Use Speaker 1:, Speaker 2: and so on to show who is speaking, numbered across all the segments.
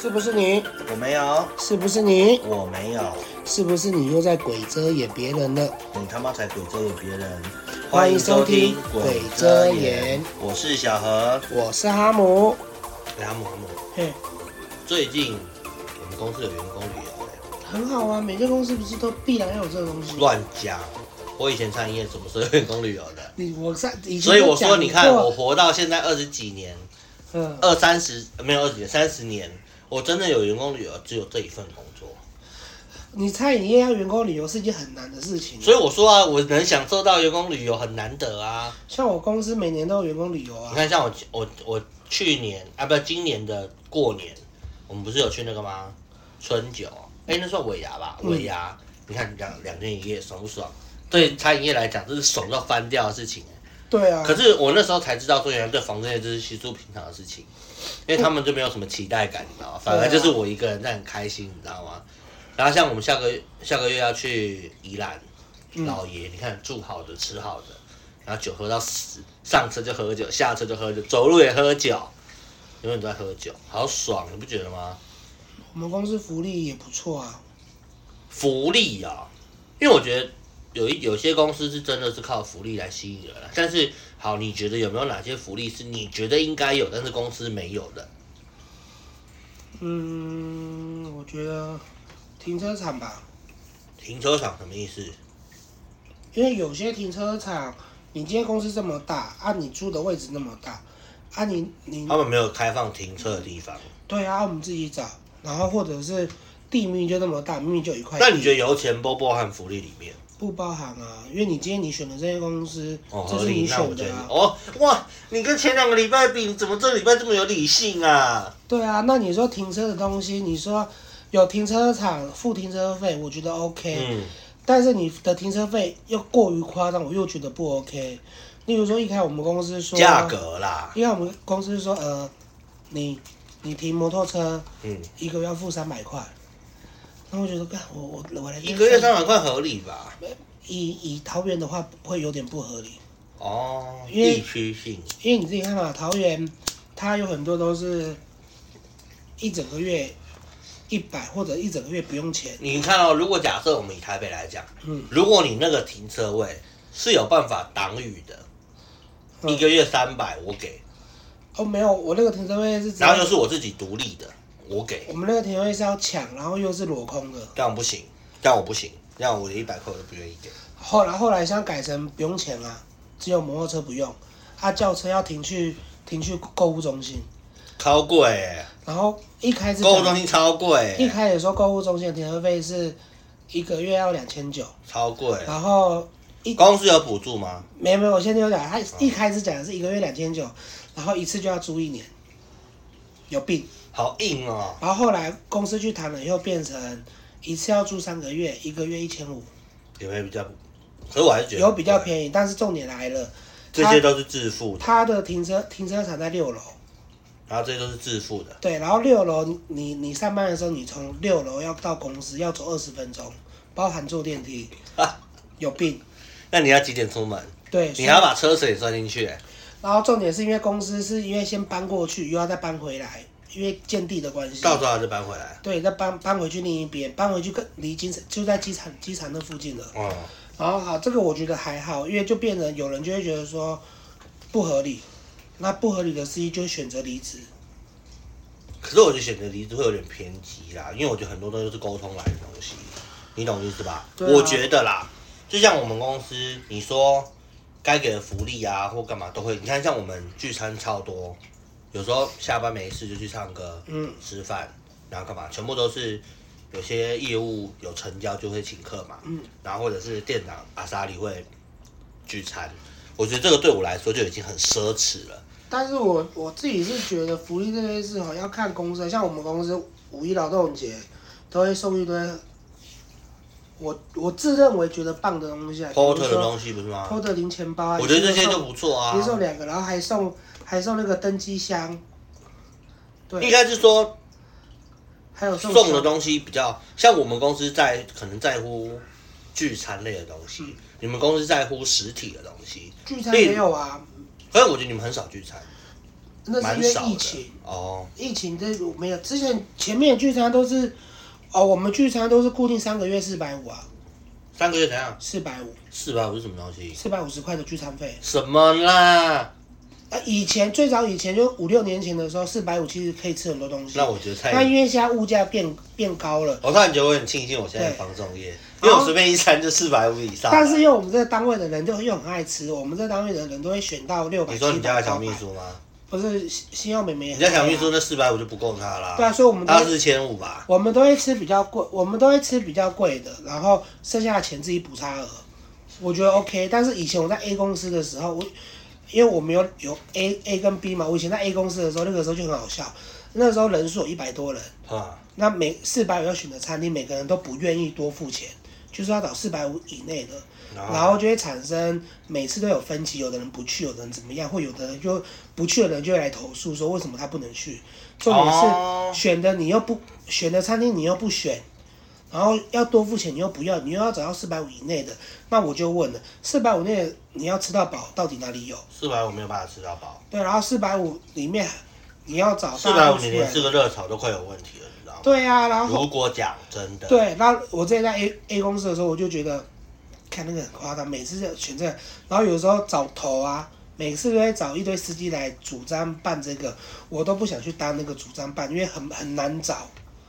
Speaker 1: 是不是你？
Speaker 2: 我没有，
Speaker 1: 是不是你？
Speaker 2: 我没有，
Speaker 1: 是不是你又在鬼遮掩别人了？
Speaker 2: 你他妈才鬼遮眼别人！
Speaker 1: 欢迎收听鬼遮眼，
Speaker 2: 我是小何，
Speaker 1: 我是哈姆。
Speaker 2: 阿姆阿姆。
Speaker 1: 嘿，
Speaker 2: 最近我们公司有员工旅游、欸，
Speaker 1: 很好啊，每家公司不是都必然要有这个东西？
Speaker 2: 乱讲！我以前餐饮业怎么是有员工旅游的？
Speaker 1: 你我上以前
Speaker 2: 所以我
Speaker 1: 就讲
Speaker 2: 说，你看
Speaker 1: 过
Speaker 2: 我活到现在二十几年，
Speaker 1: 嗯，
Speaker 2: 二三十没有二十年，三十年，我真的有员工旅游，只有这一份工作。
Speaker 1: 你餐饮业要员工旅游是一件很难的事情。
Speaker 2: 所以我说啊，我能享受到员工旅游很难得啊。
Speaker 1: 像我公司每年都有员工旅游
Speaker 2: 你
Speaker 1: 啊，
Speaker 2: 看，像我我我去年啊，不，今年的过年，我们不是有去那个吗？春酒，哎、那算尾牙吧，
Speaker 1: 嗯
Speaker 2: 尾牙，你看两两天一夜爽不爽？对餐饮业来讲，这是爽到翻掉的事情。欸
Speaker 1: 对啊，
Speaker 2: 可是我那时候才知道，说原来对房东业这是稀疏平常的事情，因为他们就没有什么期待感，你知道吗？反而就是我一个人在很开心，你知道吗？然后像我们下个月下个月要去宜兰，老爷，你看住好的吃好的，然后酒喝到死，上车就喝酒，下车就喝酒，走路也喝酒，永远都在喝酒，好爽，你不觉得吗？
Speaker 1: 我们公司福利也不错啊。
Speaker 2: 福利啊、因为我觉得有一有些公司是真的是靠福利来吸引人啊，但是好，你觉得有没有哪些福利是你觉得应该有，但是公司没有的？
Speaker 1: 嗯，我觉得停车场吧，
Speaker 2: 停车场什么意思？
Speaker 1: 因为有些停车场，你今天公司这么大，啊，你租的位置那么大，啊你，你
Speaker 2: 他们没有开放停车的地方。
Speaker 1: 对啊，我们自己找，然后或者是地面就那么大，明明就有一块地，
Speaker 2: 那你觉得油钱波波和福利里面
Speaker 1: 不包含啊？因为你今天你选的这些公司，
Speaker 2: 哦
Speaker 1: 这
Speaker 2: 合
Speaker 1: 是你
Speaker 2: 理？那我
Speaker 1: 选
Speaker 2: 觉
Speaker 1: 的
Speaker 2: 得
Speaker 1: 啊，
Speaker 2: 哦哇，你跟前两个礼拜比，你怎么这礼拜这么有理性啊？
Speaker 1: 对啊。那你说停车的东西，你说有停车场付停车费，我觉得 OK，、
Speaker 2: 嗯，
Speaker 1: 但是你的停车费又过于夸张，我又觉得不 OK。例如说，一开始我们公司说
Speaker 2: 价格啦，
Speaker 1: 因为我们公司说，呃，你你停摩托车
Speaker 2: 嗯，
Speaker 1: 一个月要付三百块，那我觉得，干我我我来
Speaker 2: 一个月三百块合理吧？
Speaker 1: 以以桃园的话会有点不合理，
Speaker 2: 哦，
Speaker 1: 因为
Speaker 2: 地区性，
Speaker 1: 因为你自己看嘛，桃园它有很多都是一整个月一百或者一整个月不用钱，
Speaker 2: 你看哦，如果假设我们以台北来讲，
Speaker 1: 嗯
Speaker 2: 如果你那个停车位是有办法挡雨的，
Speaker 1: 嗯
Speaker 2: 一个月三百我给，
Speaker 1: 哦，没有，我那个停车位是只
Speaker 2: 然后
Speaker 1: 要
Speaker 2: 又是我自己独立的，我给
Speaker 1: 我，们那个停车位是要抢，然后又是裸空的，
Speaker 2: 这样不行，这样我不行，这样我的一百块我都不愿意给。
Speaker 1: 后来后来像改成不用钱啊，只有摩托车不用，啊轿车要停去停去购物中心。
Speaker 2: 超贵、欸，
Speaker 1: 然后一开始
Speaker 2: 购物中心超贵、
Speaker 1: 一
Speaker 2: 欸，
Speaker 1: 开始说购物中心的停车费是一个月要两千九，
Speaker 2: 超贵。
Speaker 1: 然后
Speaker 2: 公司有补助吗？
Speaker 1: 没没有，我先听我讲，他一开始讲的是一个月两千九，然后一次就要租一年，有病。
Speaker 2: 好硬哦、
Speaker 1: 然后后来公司去谈了以后，变成一次要租三个月，一个月一千五，
Speaker 2: 有没有比较？可是我还是觉得
Speaker 1: 有比较
Speaker 2: 宜。
Speaker 1: 便宜，但是重点来了，
Speaker 2: 这些都是自付的，
Speaker 1: 它的停车停车场在六楼，
Speaker 2: 然后这些都是自付的，
Speaker 1: 对，然后六楼你你你上班的时候，你从六楼要到公司要走二十分钟，包含坐电梯， 有病。
Speaker 2: 那你要几点出门？
Speaker 1: 对，所
Speaker 2: 你
Speaker 1: 以
Speaker 2: 还要把车水也算进去、欸。
Speaker 1: 然后重点是因为公司是因为先搬过去，又要再搬回来，因为建地的关系。
Speaker 2: 到时候还是搬回来。
Speaker 1: 对，再搬搬回去另一边，搬回去更离机场就在机场机场那附近了。
Speaker 2: 哦、
Speaker 1: 然后好，这个我觉得还好，因为就变成有人就会觉得说不合理，那不合理的司机就会选择离职。
Speaker 2: 可是我就选择离职会有点偏激啦，因为我觉得很多东西都是沟通来的东西，你懂意思吧？
Speaker 1: 对啊
Speaker 2: 我觉得啦，就像我们公司，你说该给的福利啊或干嘛都会，你看像我们聚餐超多，有时候下班没事就去唱歌，
Speaker 1: 嗯，
Speaker 2: 吃饭，然后干嘛，全部都是有些业务有成交就会请客嘛，
Speaker 1: 嗯，
Speaker 2: 然后或者是店长阿莎里会聚餐，我觉得这个对我来说就已经很奢侈了。
Speaker 1: 但是我我自己是觉得福利这件事哈，要看公司，像我们公司五一劳动节都会送一堆。我我自认为觉得棒的东西啊，比如
Speaker 2: porter
Speaker 1: 说
Speaker 2: 的东西不是吗？
Speaker 1: 偷的零钱包啊，
Speaker 2: 我觉得这些
Speaker 1: 一次
Speaker 2: 就
Speaker 1: 送
Speaker 2: 不错啊。
Speaker 1: 一次送两个，然后还送还送那个登机箱，
Speaker 2: 应
Speaker 1: 对，
Speaker 2: 该是说
Speaker 1: 还有送
Speaker 2: 送的东西比较像我们公司在可能在乎聚餐类的东西，
Speaker 1: 嗯
Speaker 2: 你们公司在乎实体的东西。
Speaker 1: 聚餐也有啊，
Speaker 2: 可是我觉得你们很少聚餐，
Speaker 1: 那是
Speaker 2: 蛮
Speaker 1: 因
Speaker 2: 少
Speaker 1: 为
Speaker 2: 的
Speaker 1: 疫情，
Speaker 2: 哦，
Speaker 1: 疫情这我没有，之前前面的聚餐都是，哦，我们聚餐都是固定三个月四百五啊，
Speaker 2: 三个月怎样？
Speaker 1: 四百五，
Speaker 2: 四百五是什么东西？
Speaker 1: 四百五十块的聚餐费。
Speaker 2: 什么啦？
Speaker 1: 啊，以前最早以前就五六年前的时候，四百五其实可以吃很多东西
Speaker 2: 那。我觉得太
Speaker 1: 那因为现在物价变变高了，
Speaker 2: 我突然觉得我很庆幸我现在防重业，因为我随便一餐就四百五以上。
Speaker 1: 但是因为我们这个单位的人就又很爱吃，我们这单位的人都会选到六百。
Speaker 2: 你说你家的小秘
Speaker 1: 700
Speaker 2: 书吗？
Speaker 1: 不是西西柚妹妹也
Speaker 2: 你
Speaker 1: 很爱
Speaker 2: 家
Speaker 1: 啊？
Speaker 2: 小秘书那四百五就不够他啦。
Speaker 1: 对啊，所以我们都
Speaker 2: 他
Speaker 1: 会
Speaker 2: 四千五吧。
Speaker 1: 我们都会吃比较贵，我们都会吃比较贵的，然后剩下的钱自己补差额，我觉得 OK。但是以前我在 A 公司的时候，我因为我们有有 A A 跟 B 嘛，我以前在 A 公司的时候，那个时候就很好笑，那时候人数有一百多人。
Speaker 2: 啊，
Speaker 1: 那每四百五要选的餐厅，每个人都不愿意多付钱，就是要找四百五以内的，
Speaker 2: 然
Speaker 1: 然
Speaker 2: 后
Speaker 1: 后就会产生每次都有分歧，有的人不去，有的人怎么样，或有的人就不去的人就会来投诉说为什么他不能去。重
Speaker 2: 哦
Speaker 1: 点是选的你又不选的餐厅你又不选，然后要多付钱你又不要，你又要找到四百五以内的，那我就问了，四百五内你要吃到饱到底哪里有？
Speaker 2: 四百五没有办法吃到饱，
Speaker 1: 对，然后四百五里面你要找
Speaker 2: 四百
Speaker 1: 大
Speaker 2: 五
Speaker 1: 陆
Speaker 2: 你
Speaker 1: 出来
Speaker 2: 连吃
Speaker 1: 的，
Speaker 2: 个热炒都快有问题了，你知道吗？
Speaker 1: 对呀、然后
Speaker 2: 如果讲真的，
Speaker 1: 对，那我之前在 A A 公司的时候，我就觉得看那个很夸张，每次选这个，然后有时候找头啊，每次都会找一堆司机来主张办这个，我都不想去当那个主张办，因为很很难找。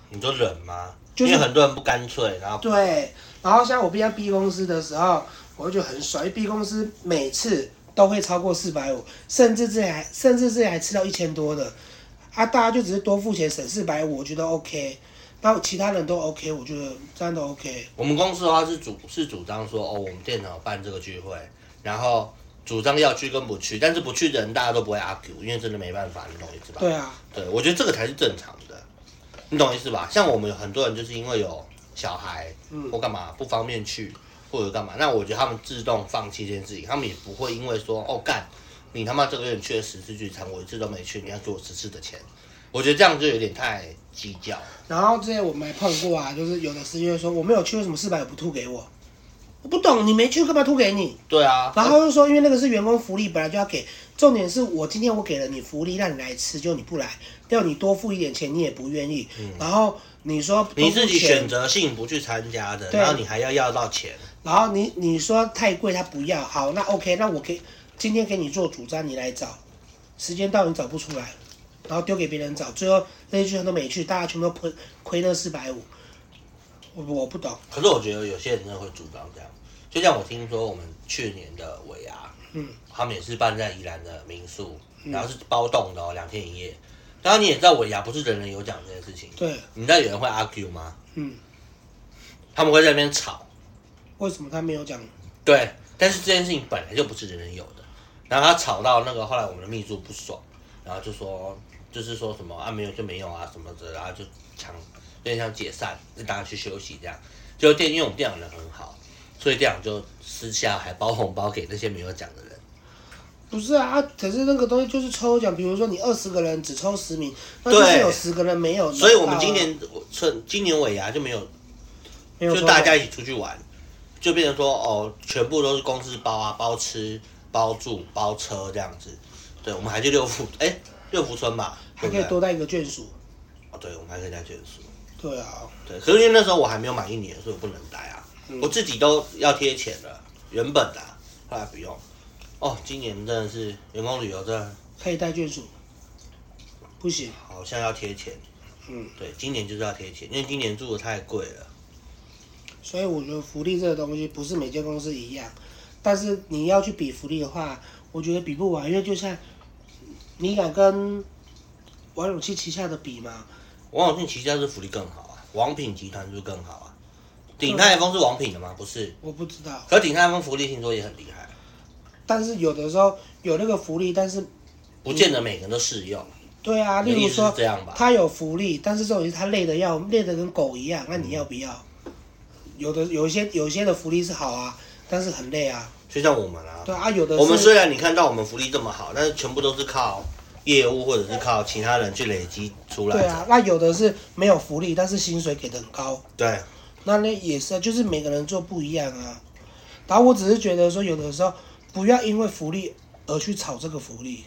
Speaker 2: 你就忍吗？
Speaker 1: 就是
Speaker 2: 因为很多人不干脆，然后
Speaker 1: 对，然后像我毕业 B 公司的时候，我就很爽，因为 B 公司每次都会超过四百五，甚至这还甚至这还吃到一千多的，啊，大家就只是多付钱省四百五，我觉得 OK，那其他人都 OK，我觉得这样都 OK。
Speaker 2: 我们公司的话是主是主张说，哦，我们电脑办这个聚会，然后主张要去跟不去，但是不去的人大家都不会 argue，因为真的没办法，你懂我意思吧？
Speaker 1: 对啊，
Speaker 2: 对，我觉得这个才是正常的，你懂我意思吧？像我们有很多人就是因为有小孩，
Speaker 1: 嗯
Speaker 2: 或干嘛不方便去，或者干嘛，那我觉得他们自动放弃这件事情，他们也不会因为说，哦干，你他妈这个月你去了十次聚餐，我一次都没去，你要给我十次的钱，我觉得这样就有点太计较。
Speaker 1: 然后之前我们还碰过啊，就是有的司机会说我没有去，为什么四百不吐给我？我不懂，你没去干嘛吐给你？
Speaker 2: 对啊，
Speaker 1: 然后又说因为那个是员工福利，本来就要给。重点是我今天我给了你福利，让你来吃，就你不来，要你多付一点钱，你也不愿意。然后你说
Speaker 2: 嗯你自己选
Speaker 1: 择，
Speaker 2: 择性不去参加的，
Speaker 1: 对
Speaker 2: 然后你还要要到钱，
Speaker 1: 然后你你说太贵他不要，好那 OK，那我给今天给你做主张，你来找，时间到你找不出来，然后丢给别人找，最后那些剧团都没去，大家全部都亏亏那四百五，我我不懂。
Speaker 2: 可是我觉得有些人真的会主张这样，就像我听说我们去年的尾牙，
Speaker 1: 嗯，
Speaker 2: 他们也是办在宜兰的民宿，然后是包栋的哦，两天一夜。当然你也知道尾牙不是人人有奖这件事情，
Speaker 1: 对，
Speaker 2: 你知道有人会 argue 吗？
Speaker 1: 嗯，
Speaker 2: 他们会在那边吵，
Speaker 1: 为什么他没有讲？
Speaker 2: 对，但是这件事情本来就不是人人有的。然后他吵到那个后来我们的秘书不爽，然后就说就是说什么啊没有就没有啊什么的，然后就强有点想解散，就大家去休息这样。就店因为我们店长人很好，所以店长就私下还包红包给那些没有奖的人。
Speaker 1: 不是啊，啊可是那个东西就是抽奖，比如说你二十个人只抽十名，那就是
Speaker 2: 对
Speaker 1: 有十个人没有拿到啊，
Speaker 2: 所以我们今年我趁今年尾牙就没有，
Speaker 1: 没有
Speaker 2: 就
Speaker 1: 抽
Speaker 2: 大
Speaker 1: 奖
Speaker 2: 家一起出去玩，就变成说哦，全部都是公司包啊，包吃、包住、包车这样子。对，我们还去六福哎、六福村吧，
Speaker 1: 还
Speaker 2: 对不
Speaker 1: 可以
Speaker 2: 对？
Speaker 1: 多带一个眷属。
Speaker 2: 哦，对，我们还可以带眷属。
Speaker 1: 对啊，
Speaker 2: 对，可是因为那时候我还没有满一年，所以我不能带啊。我自己都要贴钱了，原本的、啊，后来不用。哦，今年真的是员工旅游真的
Speaker 1: 可以带眷属，不行。
Speaker 2: 好像要贴钱。
Speaker 1: 嗯，
Speaker 2: 对，今年就是要贴钱，因为今年住的太贵了。
Speaker 1: 所以我觉得福利这个东西不是每间公司一样，但是你要去比福利的话，我觉得比不完，因为就像你敢跟王永庆旗下的比吗？
Speaker 2: 王永庆旗下是福利更好啊，王品集团是不是更好啊？鼎泰丰是王品的吗？不是，
Speaker 1: 我不知道，
Speaker 2: 可鼎泰丰福利听说也很厉害，
Speaker 1: 但是有的时候有那个福利，但是
Speaker 2: 不见得每个人都适用。
Speaker 1: 对啊，
Speaker 2: 你的
Speaker 1: 例
Speaker 2: 意
Speaker 1: 如
Speaker 2: 思
Speaker 1: 说
Speaker 2: 是这样吧？
Speaker 1: 他有福利，但是这种东西他累的要累的跟狗一样，
Speaker 2: 嗯
Speaker 1: 那你要不要？有的有一些有一些的福利是好啊，但是很累啊。
Speaker 2: 就像我们啊，
Speaker 1: 对啊，有的
Speaker 2: 我们
Speaker 1: 是
Speaker 2: 虽然你看到我们福利这么好，但是全部都是靠业务或者是靠其他人去累积出来
Speaker 1: 对啊
Speaker 2: 的。，
Speaker 1: 那有的是没有福利，但是薪水给的很高，
Speaker 2: 对，
Speaker 1: 那那也是啊，就是每个人做不一样啊。然后我只是觉得说，有的时候不要因为福利而去炒这个福利。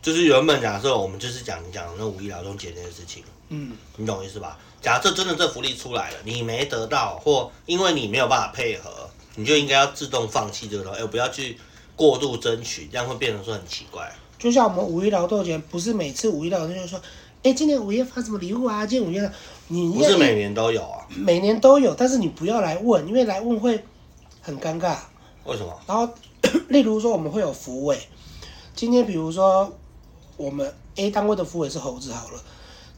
Speaker 2: 就是原本假设我们就是讲讲那五一劳动节那件事情，
Speaker 1: 嗯，
Speaker 2: 你懂我意思吧？假设真的这福利出来了，你没得到，或因为你没有办法配合，你就应该要自动放弃这个东西，哎，不要去过度争取，这样会变成说很奇怪。
Speaker 1: 就像我们五一劳动节，不是每次五一劳动节就说，哎，今年五一发什么礼物啊？今年五月你
Speaker 2: 不是每年都有啊？
Speaker 1: 每年都有，但是你不要来问，因为来问会很尴尬。
Speaker 2: 为什么？
Speaker 1: 然后， 例如说我们会有福委，今天比如说我们 A 单位的福委是猴子好了，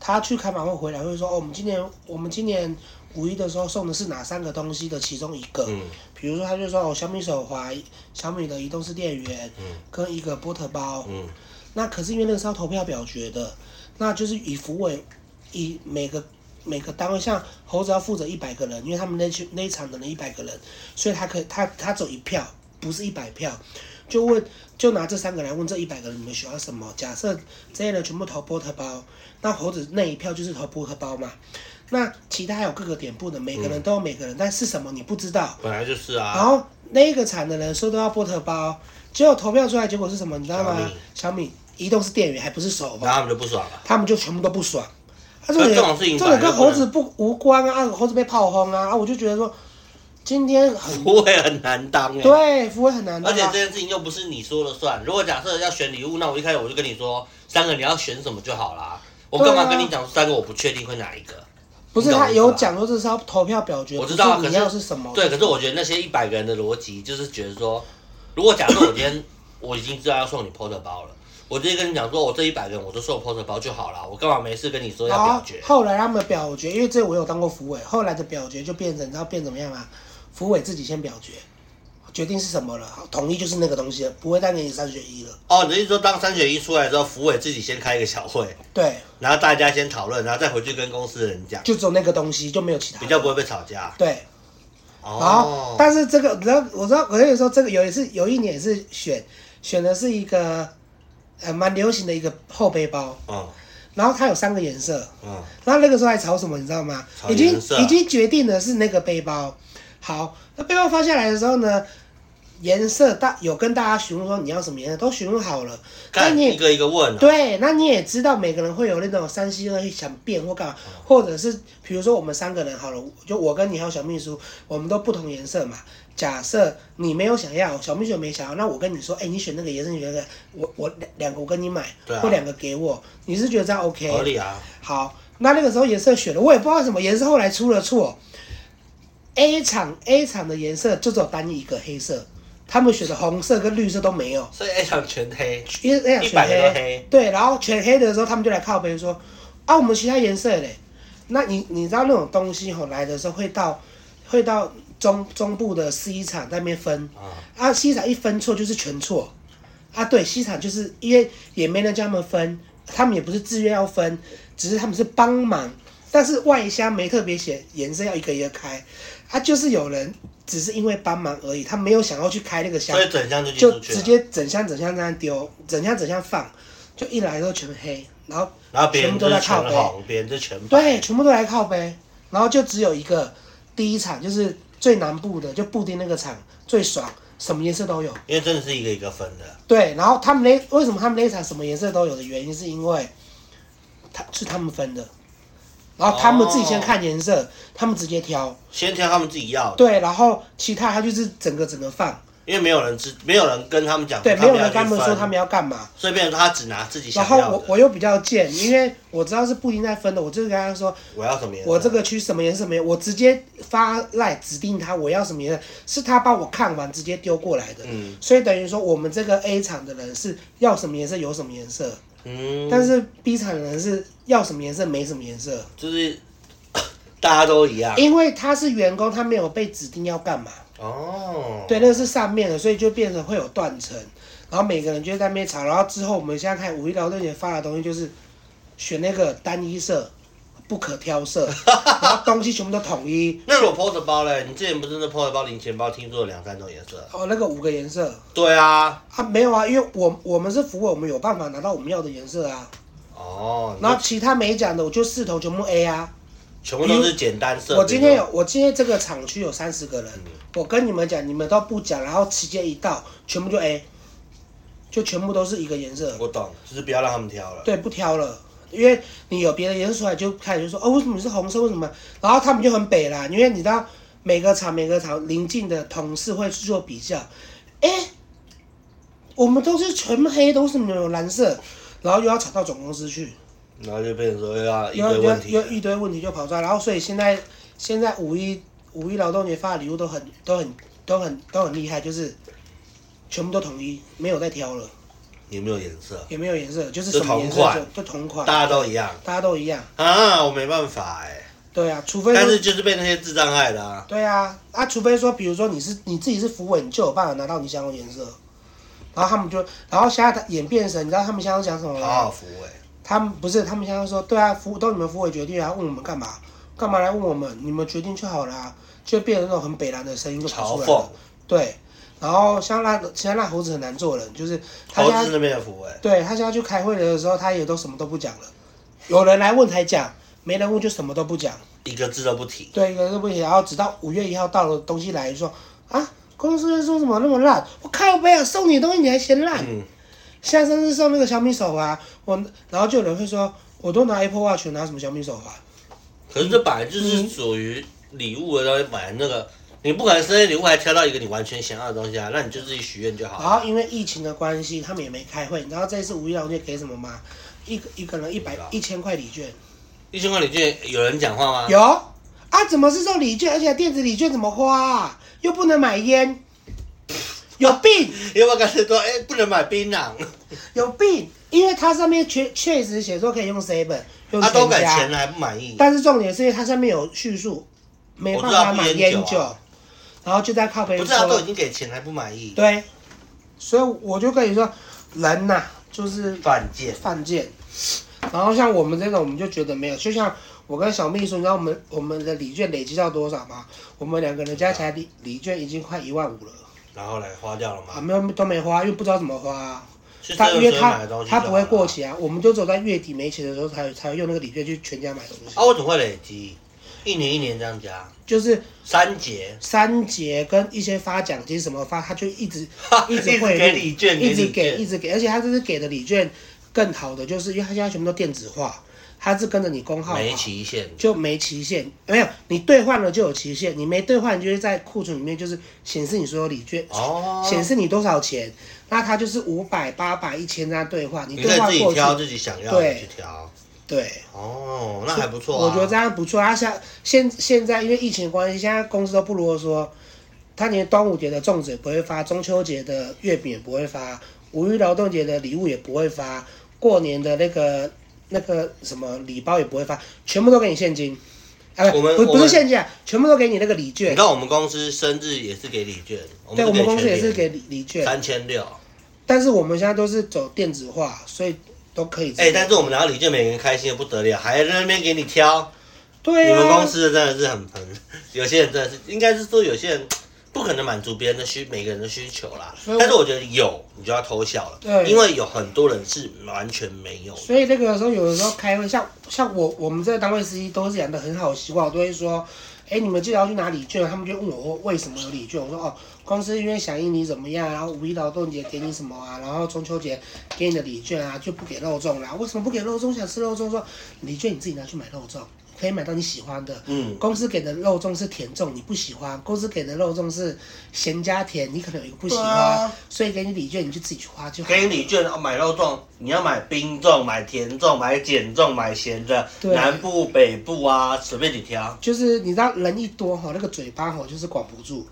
Speaker 1: 他去开马会回来会说，哦，我们今年我们今年五一的时候送的是哪三个东西的其中一个，
Speaker 2: 嗯
Speaker 1: 比如说他就说哦小米手环、小米的移动式电源
Speaker 2: 嗯
Speaker 1: 跟一个波特包，
Speaker 2: 嗯
Speaker 1: 那可是因为那个是要投票表决的，那就是以福委以每个每个单位，像猴子要负责一百个人，因为他们那区那一场的人一百个人，所以他可他他走一票，不是一百票，就问就拿这三个来问这一百个人你们喜欢什么？假设这些人全部投波特包，那猴子那一票就是投波特包嘛。那其他还有各个点部的，每个人都有每个人，但是什么你不知道。
Speaker 2: 本来就是
Speaker 1: 然
Speaker 2: 啊。
Speaker 1: 后那个产的人说都要波特包，结果投票出来结果是什么？你知道吗？小米移动是电源，还不是手
Speaker 2: 然
Speaker 1: 吧？
Speaker 2: 后他们就不爽了。
Speaker 1: 他们就全部都不爽。啊，
Speaker 2: 可是
Speaker 1: 这
Speaker 2: 啊这种事
Speaker 1: 这
Speaker 2: 情
Speaker 1: 种
Speaker 2: 本来
Speaker 1: 跟
Speaker 2: 就
Speaker 1: 猴
Speaker 2: 不能
Speaker 1: 子不无关啊，啊猴子被炮轰啊，啊，我就觉得说今天很
Speaker 2: 不会很难当哎、
Speaker 1: 对，啊服务很难的
Speaker 2: 而且
Speaker 1: 啊
Speaker 2: 这。件事情又不是你说了算。如果假设要选礼物，那我一开始我就跟你说，三个你要选什么就好啦。我干
Speaker 1: 对
Speaker 2: 嘛
Speaker 1: 啊
Speaker 2: 跟你讲说三个我不确定会哪一个？
Speaker 1: 不是
Speaker 2: 你懂
Speaker 1: 他
Speaker 2: 我意思吧
Speaker 1: 有讲说这是要投票表决，
Speaker 2: 我知道啊
Speaker 1: 不是
Speaker 2: 可
Speaker 1: 你
Speaker 2: 是
Speaker 1: 要是什么？
Speaker 2: 对，可是我觉得那些一百个人的逻辑就是觉得说，如果假设我今天 我已经知道要送你 porter 包了，我直接跟你讲说，我这一百个人我都送 porter 包就好啦。我干嘛没事跟你说要
Speaker 1: 好
Speaker 2: 表决？
Speaker 1: 后来他们表决，因为这我有当过服委，后来的表决就变成，你知道变怎么样吗？服委自己先表决，决定是什么了，好统一就是那个东西了，不会再给你三选一了。
Speaker 2: 哦，你的意思说当三选一出来之后，福委自己先开一个小会，
Speaker 1: 对，
Speaker 2: 然后大家先讨论，然后再回去跟公司的人讲，
Speaker 1: 就只有那个东西，就没有其他的。
Speaker 2: 比较不会被吵架。
Speaker 1: 对，然后、
Speaker 2: 哦，
Speaker 1: 啊但是这个，你知道，我知道，我跟你说，这个有一次有一年也是选选的是一个呃蛮流行的一个后背包，
Speaker 2: 嗯
Speaker 1: 然后它有三个颜色，
Speaker 2: 嗯，
Speaker 1: 然后那个时候还吵什么，你知道吗？
Speaker 2: 吵
Speaker 1: 已经
Speaker 2: 颜色
Speaker 1: 已经决定的是那个背包。好，那背包发下来的时候呢，颜色大有跟大家询问说你要什么颜色，都询问好了。那
Speaker 2: 看
Speaker 1: 你
Speaker 2: 一
Speaker 1: 也
Speaker 2: 个一个问啊。
Speaker 1: 对，那你也知道每个人会有那种三心二意想变或干嘛，
Speaker 2: 嗯
Speaker 1: 或者是比如说我们三个人好了，就我跟你还有小秘书，我们都不同颜色嘛。假设你没有想要，小秘书也没想要，那我跟你说，哎、你选那个颜色，你选那个，我我两两个我跟你买，
Speaker 2: 对啊
Speaker 1: 或两个给我，你是觉得这样 OK？
Speaker 2: 合理啊，
Speaker 1: 好，那那个时候颜色选了，我也不知道为什么颜色后来出了错。A 厂 A 厂的颜色就只有单一一个黑色，他们选的红色跟绿色都没有，
Speaker 2: 所以 A 场全黑，
Speaker 1: 因为 A 厂
Speaker 2: 一百个
Speaker 1: 全
Speaker 2: 都黑
Speaker 1: 对，然后全黑的时候他们就来靠背说，啊，我们其他颜色嘞，那你你知道那种东西吼来的时候会到会到中中部的 C 厂那边分，
Speaker 2: 啊，
Speaker 1: 啊，C 厂一分错就是全错，啊，对，C 厂就是因为也没人叫他们分，他们也不是自愿要分，只是他们是帮忙，但是外箱没特别写颜色要一个一个开，啊，就是有人只是因为帮忙而已，他没有想要去开那个箱
Speaker 2: 所，以整箱就寄
Speaker 1: 就
Speaker 2: 出去
Speaker 1: 直
Speaker 2: 了，
Speaker 1: 接整箱整箱这样丢，整箱整箱放，就一来都全黑，然后
Speaker 2: 然后别
Speaker 1: 全
Speaker 2: 人
Speaker 1: 部都
Speaker 2: 就
Speaker 1: 在
Speaker 2: 是
Speaker 1: 靠
Speaker 2: 全
Speaker 1: 背
Speaker 2: 红，别人就全白，
Speaker 1: 对，全部都来靠背，然后就只有一个第一场就是最南部的，就布丁那个场最爽，什么颜色都有。
Speaker 2: 因为真的是一个一个分的，
Speaker 1: 对，然后他们那为什么他们那一场什么颜色都有的原因，是因为他是他们分的，然后他们自己先看颜色，他们直接挑。
Speaker 2: 先挑他们自己要的，
Speaker 1: 对，然后其他他就是整个整个放，
Speaker 2: 因为没有人知，没有人跟他们讲，
Speaker 1: 对，没有人跟
Speaker 2: 啊他
Speaker 1: 他
Speaker 2: 们
Speaker 1: 们
Speaker 2: 要去
Speaker 1: 说
Speaker 2: 分
Speaker 1: 他们，要干嘛。
Speaker 2: 所以变成他只拿自己
Speaker 1: 然
Speaker 2: 想
Speaker 1: 后
Speaker 2: 要
Speaker 1: 我
Speaker 2: 的，
Speaker 1: 我又比较贱，因为我知道是布丁在分的，我就跟他说，
Speaker 2: 我要什么颜色，
Speaker 1: 我这个区什么颜色没有，我直接发赖指定他我要什么颜色，是他帮我看完直接丢过来的，
Speaker 2: 嗯
Speaker 1: 所以等于说我们这个 A 厂的人是要什么颜色有什么颜色，
Speaker 2: 嗯，
Speaker 1: 但是 B 厂的人是要什么颜色没什么颜色，
Speaker 2: 就是 大家都一样
Speaker 1: 因为他是员工，他没有被指定要干嘛，
Speaker 2: 哦，
Speaker 1: 对，那是上面的，所以就变成会有断层，然后每个人就在那边吵，然后之后我们现在看五一劳动节发的东西就是选那个单一色，不可挑色，然后东西全部都统一，
Speaker 2: 那如果 porter 包嘞，你之前不是那 porter 包零钱包，听说有两三种颜色，
Speaker 1: 哦，那个五个颜色
Speaker 2: 对啊，
Speaker 1: 啊，没有啊，因为我我们是服务，我们有办法拿到我们要的颜色啊，
Speaker 2: 哦，
Speaker 1: 然后其他没讲的我就四头全部 A 啊。
Speaker 2: 全部都是简单色，
Speaker 1: 我今天
Speaker 2: 比如
Speaker 1: 有，我今天这个厂区有三十个人，我跟你们讲，你们都不讲，然后时间一到，全部就 A，
Speaker 2: 说
Speaker 1: 就全部都是一个颜色，
Speaker 2: 我懂，就是不要让他们挑了。
Speaker 1: 对，不挑了，因为你有别的颜色出来，就开始就说哦，为什么是红色？为什么？然后他们就很北啦，因为你知道每个厂每个厂邻近的同事会去做比较，哎，我们都是全黑，都是没有蓝色，然后又要吵到总公司去，
Speaker 2: 然后就变成说又要一
Speaker 1: 又
Speaker 2: 堆
Speaker 1: 又
Speaker 2: 问题
Speaker 1: 又，一堆问题就跑出来，然后所以现在现在五一五一劳动节发的礼物都很都很都很都很厉害，就是全部都统一，没有再挑了，
Speaker 2: 有没有颜色？
Speaker 1: 也没有颜色，就是
Speaker 2: 就
Speaker 1: 什么颜
Speaker 2: 同
Speaker 1: 色
Speaker 2: 款
Speaker 1: 就就同款，
Speaker 2: 大家都一样
Speaker 1: 大家都一样。
Speaker 2: 啊，我没办法哎、
Speaker 1: 对啊，除非
Speaker 2: 但
Speaker 1: 说
Speaker 2: 是就是被那些智障害的啊。
Speaker 1: 对啊，啊，除非说，比如说你是你自己是符文，你就有办法拿到你想要的颜色。然后他们就，然后现在演变成，你知道他们现在讲什么吗？
Speaker 2: 好好服哎、
Speaker 1: 他们不是，他们现在说，对啊，服都你们服委决定啊，问我们干嘛？干嘛来问我们？你们决定就好啦、就变成那种很北蓝的声音就跑
Speaker 2: 嘲
Speaker 1: 出来
Speaker 2: 讽
Speaker 1: 了。对，然后像那现在那猴子很难做人，就是他
Speaker 2: 投
Speaker 1: 现在
Speaker 2: 资那边的服哎、
Speaker 1: 对他现在去开会的时候，他也都什么都不讲了。有人来问才讲，没人问就什么都不讲。
Speaker 2: 一个字都不提，
Speaker 1: 对，一个都不行。然后直到五月一号到了，东西来说啊，公司说什么那么烂，我靠背啊，送你的东西你还嫌烂。
Speaker 2: 嗯，
Speaker 1: 现在甚至送那个小米手环，啊我然后就有人会说，我都拿 Apple Watch 拿什么小米手环？
Speaker 2: 可是这本来就是属于礼物的东西，本来那个你不可能生日礼物还挑到一个你完全想要的东西啊，那你就自己许愿就好
Speaker 1: 然
Speaker 2: 了
Speaker 1: 后。因为疫情的关系，他们也没开会。你知道这次五一劳动节给什么吗？一个一个人一百一千块礼券，
Speaker 2: 一千块礼券有人讲话吗？
Speaker 1: 有啊？怎么是送礼券？而且电子礼券怎么花、啊？又不能买 烟，有病！
Speaker 2: 要不要干脆说，哎、不能买槟榔，
Speaker 1: 有病，因为它上面确确实写说可以用 seven，用
Speaker 2: 他啊都给
Speaker 1: 全家
Speaker 2: 钱了还不满意，
Speaker 1: 但是重点是因为它上面有叙述，没办法买
Speaker 2: 我
Speaker 1: 烟
Speaker 2: 知道不烟酒
Speaker 1: 酒，
Speaker 2: 啊
Speaker 1: 然后就在靠
Speaker 2: 不
Speaker 1: 边
Speaker 2: 是他都
Speaker 1: 说
Speaker 2: 已，经给钱了还不满意，
Speaker 1: 对，所以我就跟你说，人呐、就是
Speaker 2: 犯贱。
Speaker 1: 犯贱。然后像我们这种，我们就觉得没有，就像我跟小秘书，你知道我们我们的礼券累积到多少吗？我们两个人加起来礼礼券已经快一万五了，
Speaker 2: 然后来花掉了
Speaker 1: 啊，
Speaker 2: 吗？
Speaker 1: 没有都没花，因为不知道怎么花、啊。
Speaker 2: 去
Speaker 1: 他
Speaker 2: 嗯这
Speaker 1: 因
Speaker 2: 个
Speaker 1: 为
Speaker 2: 时候买
Speaker 1: 他
Speaker 2: 的东西
Speaker 1: 他
Speaker 2: 就
Speaker 1: 不会
Speaker 2: 好了
Speaker 1: 过期啊，我们就走在月底没钱的时候才才会用那个礼券去全家买东西，
Speaker 2: 啊，我怎么会累积？一年一年这样加，
Speaker 1: 就是
Speaker 2: 三节，
Speaker 1: 三节跟一些发奖金什么发，他就一直一直会
Speaker 2: 给礼券，
Speaker 1: 一直
Speaker 2: 礼
Speaker 1: 给
Speaker 2: 券
Speaker 1: 一直给，而且他这次给的礼券更好的就是，因为他现在全部都电子化，他是跟着你工号跑
Speaker 2: 没期限，
Speaker 1: 就没期限，没有你兑换了就有期限，你没兑换你就会在库存里面就是显示你所有礼券，
Speaker 2: 哦，
Speaker 1: 显示你多少钱，那他就是五百、八百、一千这样兑换，你
Speaker 2: 你
Speaker 1: 兑
Speaker 2: 可以
Speaker 1: 换
Speaker 2: 自己
Speaker 1: 过
Speaker 2: 挑
Speaker 1: 去，
Speaker 2: 自己想要的
Speaker 1: 对
Speaker 2: 去挑。
Speaker 1: 对。
Speaker 2: 哦，那还不错啊。啊
Speaker 1: 我觉得这样不错。他像现现在因为疫情的关系，现在公司都不啰嗦，他连端午节的粽子也不会发，中秋节的月饼也不会发，五一劳动节的礼物也不会发，过年的那个那个什么礼包也不会发，全部都给你现金。啊，
Speaker 2: 我们
Speaker 1: 不
Speaker 2: 我
Speaker 1: 不
Speaker 2: 们
Speaker 1: 是现金啊，全部都给你那个礼
Speaker 2: 你
Speaker 1: 券
Speaker 2: 看。我们公司生日也是给礼券，我
Speaker 1: 对，我们公司也是
Speaker 2: 是
Speaker 1: 给礼礼券，
Speaker 2: 三千六。
Speaker 1: 但是我们现在都是走电子化，所以都可以直接。
Speaker 2: 哎、但是我们拿到礼券，每个人开心的不得了，还在那边给你挑。
Speaker 1: 对
Speaker 2: 你
Speaker 1: 啊，
Speaker 2: 们公司的真的是很很，有些人真的是，应该是说有些人不可能满足别人的需每个人的需求啦
Speaker 1: 所以。我
Speaker 2: 但是我觉得有，你就要偷笑了，
Speaker 1: 对
Speaker 2: 因为有很多人是完全没有的。
Speaker 1: 所以那个时候，有的时候开会，像像我我们这个单位司机都是养的很好的习惯，我都会说，哎、你们记得要去拿礼券，他们就问我为什么有礼券，我说哦，公司因为响应你怎么样，然后五一劳动节给你什么啊，然后中秋节给你的礼券啊就不给肉粽啦，为什么不给肉粽？想吃肉粽，说礼券你自己拿去买肉粽，可以买到你喜欢的。
Speaker 2: 嗯，
Speaker 1: 公司给的肉粽是甜粽，你不喜欢；公司给的肉粽是咸加甜，你可能有一个不喜欢，
Speaker 2: 对啊
Speaker 1: 所以给你礼券，你就自己去花就好了。
Speaker 2: 给你礼券哦，买肉粽，你要买冰粽、买甜粽、买碱粽、买咸的，
Speaker 1: 对
Speaker 2: 南部、北部啊，随便你挑。
Speaker 1: 就是你知道人一多吼，那个嘴巴吼就是管不住。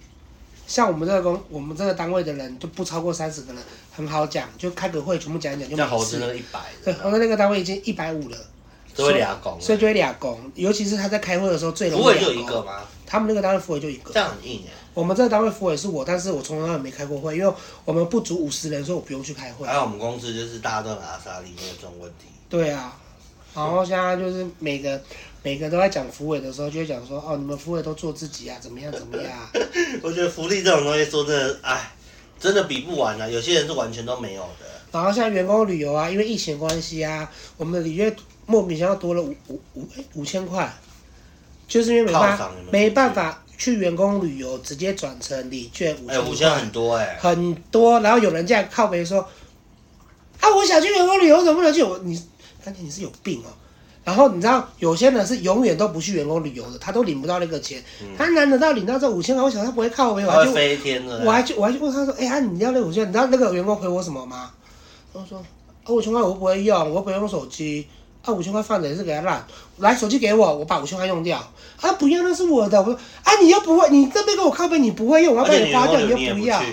Speaker 1: 像我们这个公，我们这个单位的人就不超过三十个人，很好讲，就开个会全部讲一讲就
Speaker 2: 像
Speaker 1: 没
Speaker 2: 猴子那
Speaker 1: 事。
Speaker 2: 个一百
Speaker 1: 对，
Speaker 2: 的，
Speaker 1: 我们那个单位已经一百五了，
Speaker 2: 都会俩拱。
Speaker 1: 所以就会哦俩工，尤其是他在开会的时候最容
Speaker 2: 不
Speaker 1: 易
Speaker 2: 会
Speaker 1: 俩
Speaker 2: 就
Speaker 1: 工。
Speaker 2: 一个吗？
Speaker 1: 他们那个单位副委就一个
Speaker 2: 这，样很硬哎。
Speaker 1: 我们这个单位副委是我，但是我从来也没开过会，因为我们不足五十人，所以我不用去开会
Speaker 2: 还。有我们公司就是大家都很阿萨利，没有这种问题。
Speaker 1: 对啊，然后现在就是每个每个都在讲副委的时候，就会讲说哦，你们副委都做自己啊，怎么样怎么样、啊。
Speaker 2: 我觉得福利这种东西，说真的，哎，真的比不完啊。有些人是完全都没有的，
Speaker 1: 然后像员工旅游啊，因为疫情的关系啊，我们的里约莫名其妙多了五五五诶五千块，就是因为没办法
Speaker 2: 犒赏你们
Speaker 1: 没办法去员工旅游，直接转成礼券五
Speaker 2: 哎、
Speaker 1: 千
Speaker 2: 五
Speaker 1: 块，
Speaker 2: 千很多哎、
Speaker 1: 很多。然后有人这样靠北说，啊，我想去员工旅游，怎么不能去？我你，丹姐你是有病哦。然后你知道有些人是永远都不去员工旅游的，他都领不到那个钱，
Speaker 2: 嗯
Speaker 1: 他难得到领到这五千块，我想他不会靠我，我
Speaker 2: 它
Speaker 1: 还
Speaker 2: 会
Speaker 1: 去
Speaker 2: 飞天的。
Speaker 1: 我还去我还去问他说，哎、呀，你要那五千，你知道那个员工回我什么吗？他说，啊五千块我不会用，我不会用手机，啊五千块放着也是给他烂，来手机给我，我把五千块用掉，啊不要那是我的，我说啊你又不会，你这边给我靠背你不会用，我要
Speaker 2: 而
Speaker 1: 把
Speaker 2: 且你
Speaker 1: 你
Speaker 2: 员
Speaker 1: 花
Speaker 2: 工
Speaker 1: 掉，
Speaker 2: 旅游你
Speaker 1: 又
Speaker 2: 也
Speaker 1: 不
Speaker 2: 不
Speaker 1: 要。
Speaker 2: 去，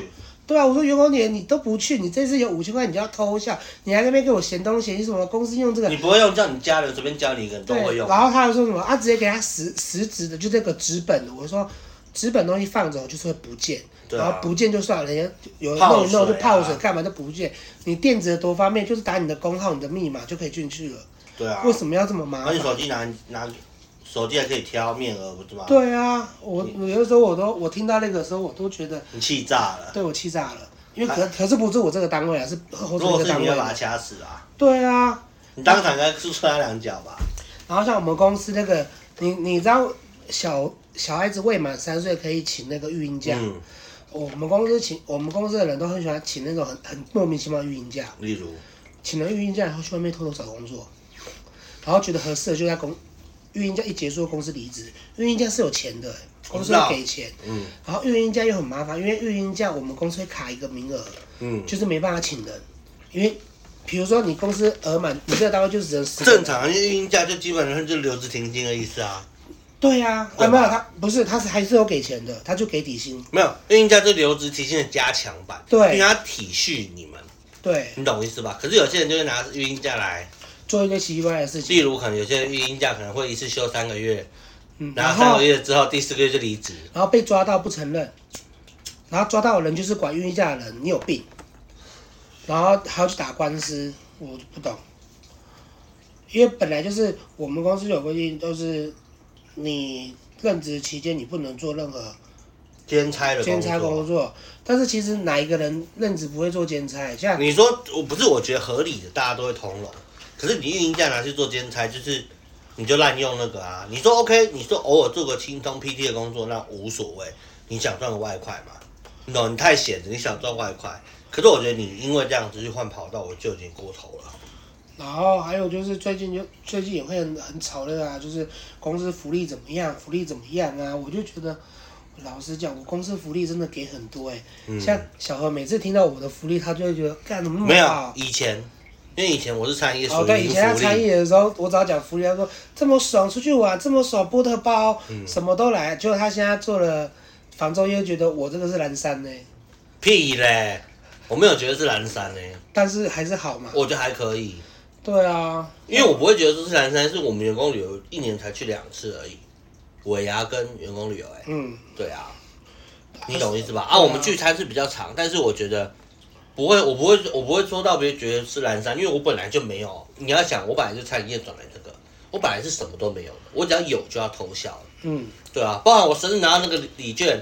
Speaker 1: 对啊，我说员工你你都不去，你这次有五千块你就要偷笑，你还在那边给我嫌东嫌西，什么公司用这个
Speaker 2: 你不会用，叫你家人随便教你一个人都会
Speaker 1: 对，
Speaker 2: 用。
Speaker 1: 然后他又说什么啊，直接给他实实质的，就这个纸本的。我说纸本东西放着就是会不见，
Speaker 2: 对
Speaker 1: 然
Speaker 2: 啊
Speaker 1: 后，不见就算了，人家有
Speaker 2: 泡
Speaker 1: 弄一弄就
Speaker 2: 水啊
Speaker 1: 泡水，干嘛就不见。你电子的多方便，就是打你的工号、你的密码就可以进去了，
Speaker 2: 对啊。
Speaker 1: 为什么要这么麻
Speaker 2: 然后
Speaker 1: 烦
Speaker 2: 你？手机拿拿，手机还可以挑面额，不是吗？，
Speaker 1: 对啊，我我有的时候我都我听到那个时候我都觉得
Speaker 2: 你气炸了。
Speaker 1: 对我气炸了，因为可可是不是我这个单位啊，是后
Speaker 2: 如
Speaker 1: 头
Speaker 2: 果
Speaker 1: 一个
Speaker 2: 是
Speaker 1: 单
Speaker 2: 你，
Speaker 1: 位
Speaker 2: 要把
Speaker 1: 啊
Speaker 2: 他。掐死啊！
Speaker 1: 对啊，
Speaker 2: 你当场应该是踹他两脚吧？
Speaker 1: 然后像我们公司那个，你你知道小小孩子未满三岁可以请那个育婴假，
Speaker 2: 嗯，
Speaker 1: 我们公司请我们公司的人都很喜欢请那种很很莫名其妙的育婴假，
Speaker 2: 例如，
Speaker 1: 请了育婴假然后去外面偷偷找工作，然后觉得合适的就在公育婴假一结束公司离职，育婴假是有钱的、公司
Speaker 2: 我知道
Speaker 1: 会给钱，
Speaker 2: 嗯
Speaker 1: 然后育婴假又很麻烦，因为育婴假我们公司会卡一个名额，
Speaker 2: 嗯，
Speaker 1: 就是没办法请人，因为比如说你公司额满，你这个单位就只能十个人
Speaker 2: 正常运营价就基本上就留职停薪的意思啊，
Speaker 1: 对呀、啊，
Speaker 2: 对吧
Speaker 1: 没有他不是，他是还是有给钱的，他就给底薪。
Speaker 2: 没有运营价就留职停薪的加强版，
Speaker 1: 对
Speaker 2: 因为他体恤你们，
Speaker 1: 对，
Speaker 2: 你懂我意思吧？可是有些人就会拿运营价来，
Speaker 1: 做一些奇奇怪怪的事情。
Speaker 2: 例如可能有些人运营价可能会一次休三个月，
Speaker 1: 嗯，
Speaker 2: 然
Speaker 1: 然
Speaker 2: 后三
Speaker 1: 后
Speaker 2: 个月之后第四个月就离职，
Speaker 1: 然后被抓到不承认，然后抓到的人就是管孕育假的人，你有病，然后还要去打官司，我就不懂。因为本来就是我们公司有规定，就是你任职期间你不能做任何
Speaker 2: 兼差的
Speaker 1: 兼
Speaker 2: 工
Speaker 1: 差工
Speaker 2: 作。
Speaker 1: 作，但是其实哪一个人任职不会做兼差？像
Speaker 2: 你说我不是，我觉得合理的，大家都会通融。可是你运营价拿去做兼差，就是你就滥用那个啊。你说 OK，你说偶尔做个轻松 PT 的工作，那无所谓，你想赚个外快嘛？你懂？你太闲了，你想赚外快。可是我觉得你因为这样子去换跑道，我就已经过头了。
Speaker 1: 然后还有就是最近就最近也会很很吵的啊，就是公司福利怎么样，福利怎么样啊？我就觉得，老实讲，我公司福利真的给很多哎、
Speaker 2: 嗯
Speaker 1: 像小何每次听到我的福利，他就会觉得干怎么那
Speaker 2: 没
Speaker 1: 么
Speaker 2: 有
Speaker 1: 好。
Speaker 2: 以前，因为以前我是餐饮业，
Speaker 1: 嗯啊哦，
Speaker 2: 属
Speaker 1: 对，
Speaker 2: 于
Speaker 1: 以前他
Speaker 2: 零福
Speaker 1: 参
Speaker 2: 利。
Speaker 1: 与的时候，我只要讲福利，他说这么爽，出去玩这么爽，波特包、
Speaker 2: 嗯
Speaker 1: 什么都来。结果他现在做了房仲业，觉得我这个是蓝山呢、欸
Speaker 2: 屁嘞！我没有觉得是蓝山嘞、
Speaker 1: 但是还是好嘛。
Speaker 2: 我觉得还可以，
Speaker 1: 对啊，
Speaker 2: 因为我不会觉得这是蓝山，是我们员工旅游一年才去两次而已，尾牙跟员工旅游、欸，
Speaker 1: 嗯，
Speaker 2: 对啊，你懂我意思吧？啊，我们聚餐是比较长，但是我觉得不会，我不会，我不会说到别觉得是蓝山，因为我本来就没有。你要想，我本来就餐饮业转来这个，我本来是什么都没有的，我只要有就要偷笑了
Speaker 1: 嗯，
Speaker 2: 对啊，包含我生日拿到那个礼券，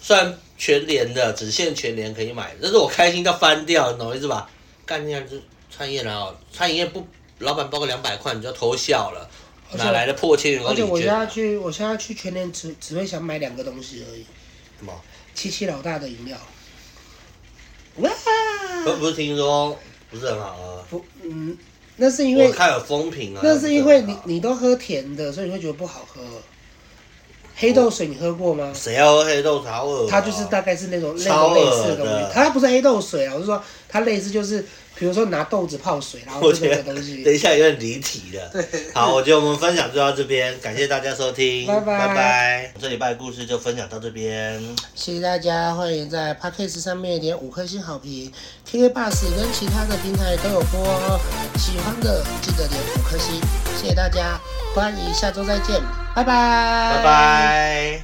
Speaker 2: 虽然全年的只限全年可以买，但是我开心到翻掉，你懂我意思吧？干那样就餐饮业然后餐饮业不，老板包个两百块你就偷笑了，
Speaker 1: 而且
Speaker 2: 哪来的破千员工
Speaker 1: 而且我现
Speaker 2: 礼券
Speaker 1: 在
Speaker 2: 啊？
Speaker 1: 去，我现在去全年只只会想买两个东西而已。
Speaker 2: 什么？
Speaker 1: 七七老大的饮料。哇！
Speaker 2: 不不是听说不是很好喝？
Speaker 1: 不，嗯，那是因
Speaker 2: 我
Speaker 1: 为
Speaker 2: 看有风评啊，
Speaker 1: 那是因为你你都喝甜的，所以你会觉得不好喝。黑豆水你喝过吗？
Speaker 2: 谁要喝黑豆茶？好恶哦
Speaker 1: 它就是大概是那种那
Speaker 2: 超
Speaker 1: 种类似
Speaker 2: 恶
Speaker 1: 的东
Speaker 2: 的
Speaker 1: 西，它不是黑豆水啊，我是说它类似就是，比如说拿豆子泡水，然后
Speaker 2: 我
Speaker 1: 这
Speaker 2: 觉
Speaker 1: 个
Speaker 2: 得
Speaker 1: 东
Speaker 2: 等
Speaker 1: 西。
Speaker 2: 一下有点离题了。好，我觉得我们分享就到这边，感谢大家收听，
Speaker 1: 拜拜
Speaker 2: 拜拜。这礼拜的故事就分享到这边，
Speaker 1: 谢谢大家，欢迎在 p a c k a g e 上面点五颗星好评，KK Bus 跟其他的平台都有播哦。喜欢的记得点五颗星，谢谢大家，欢迎下周再见，拜拜，
Speaker 2: 拜拜。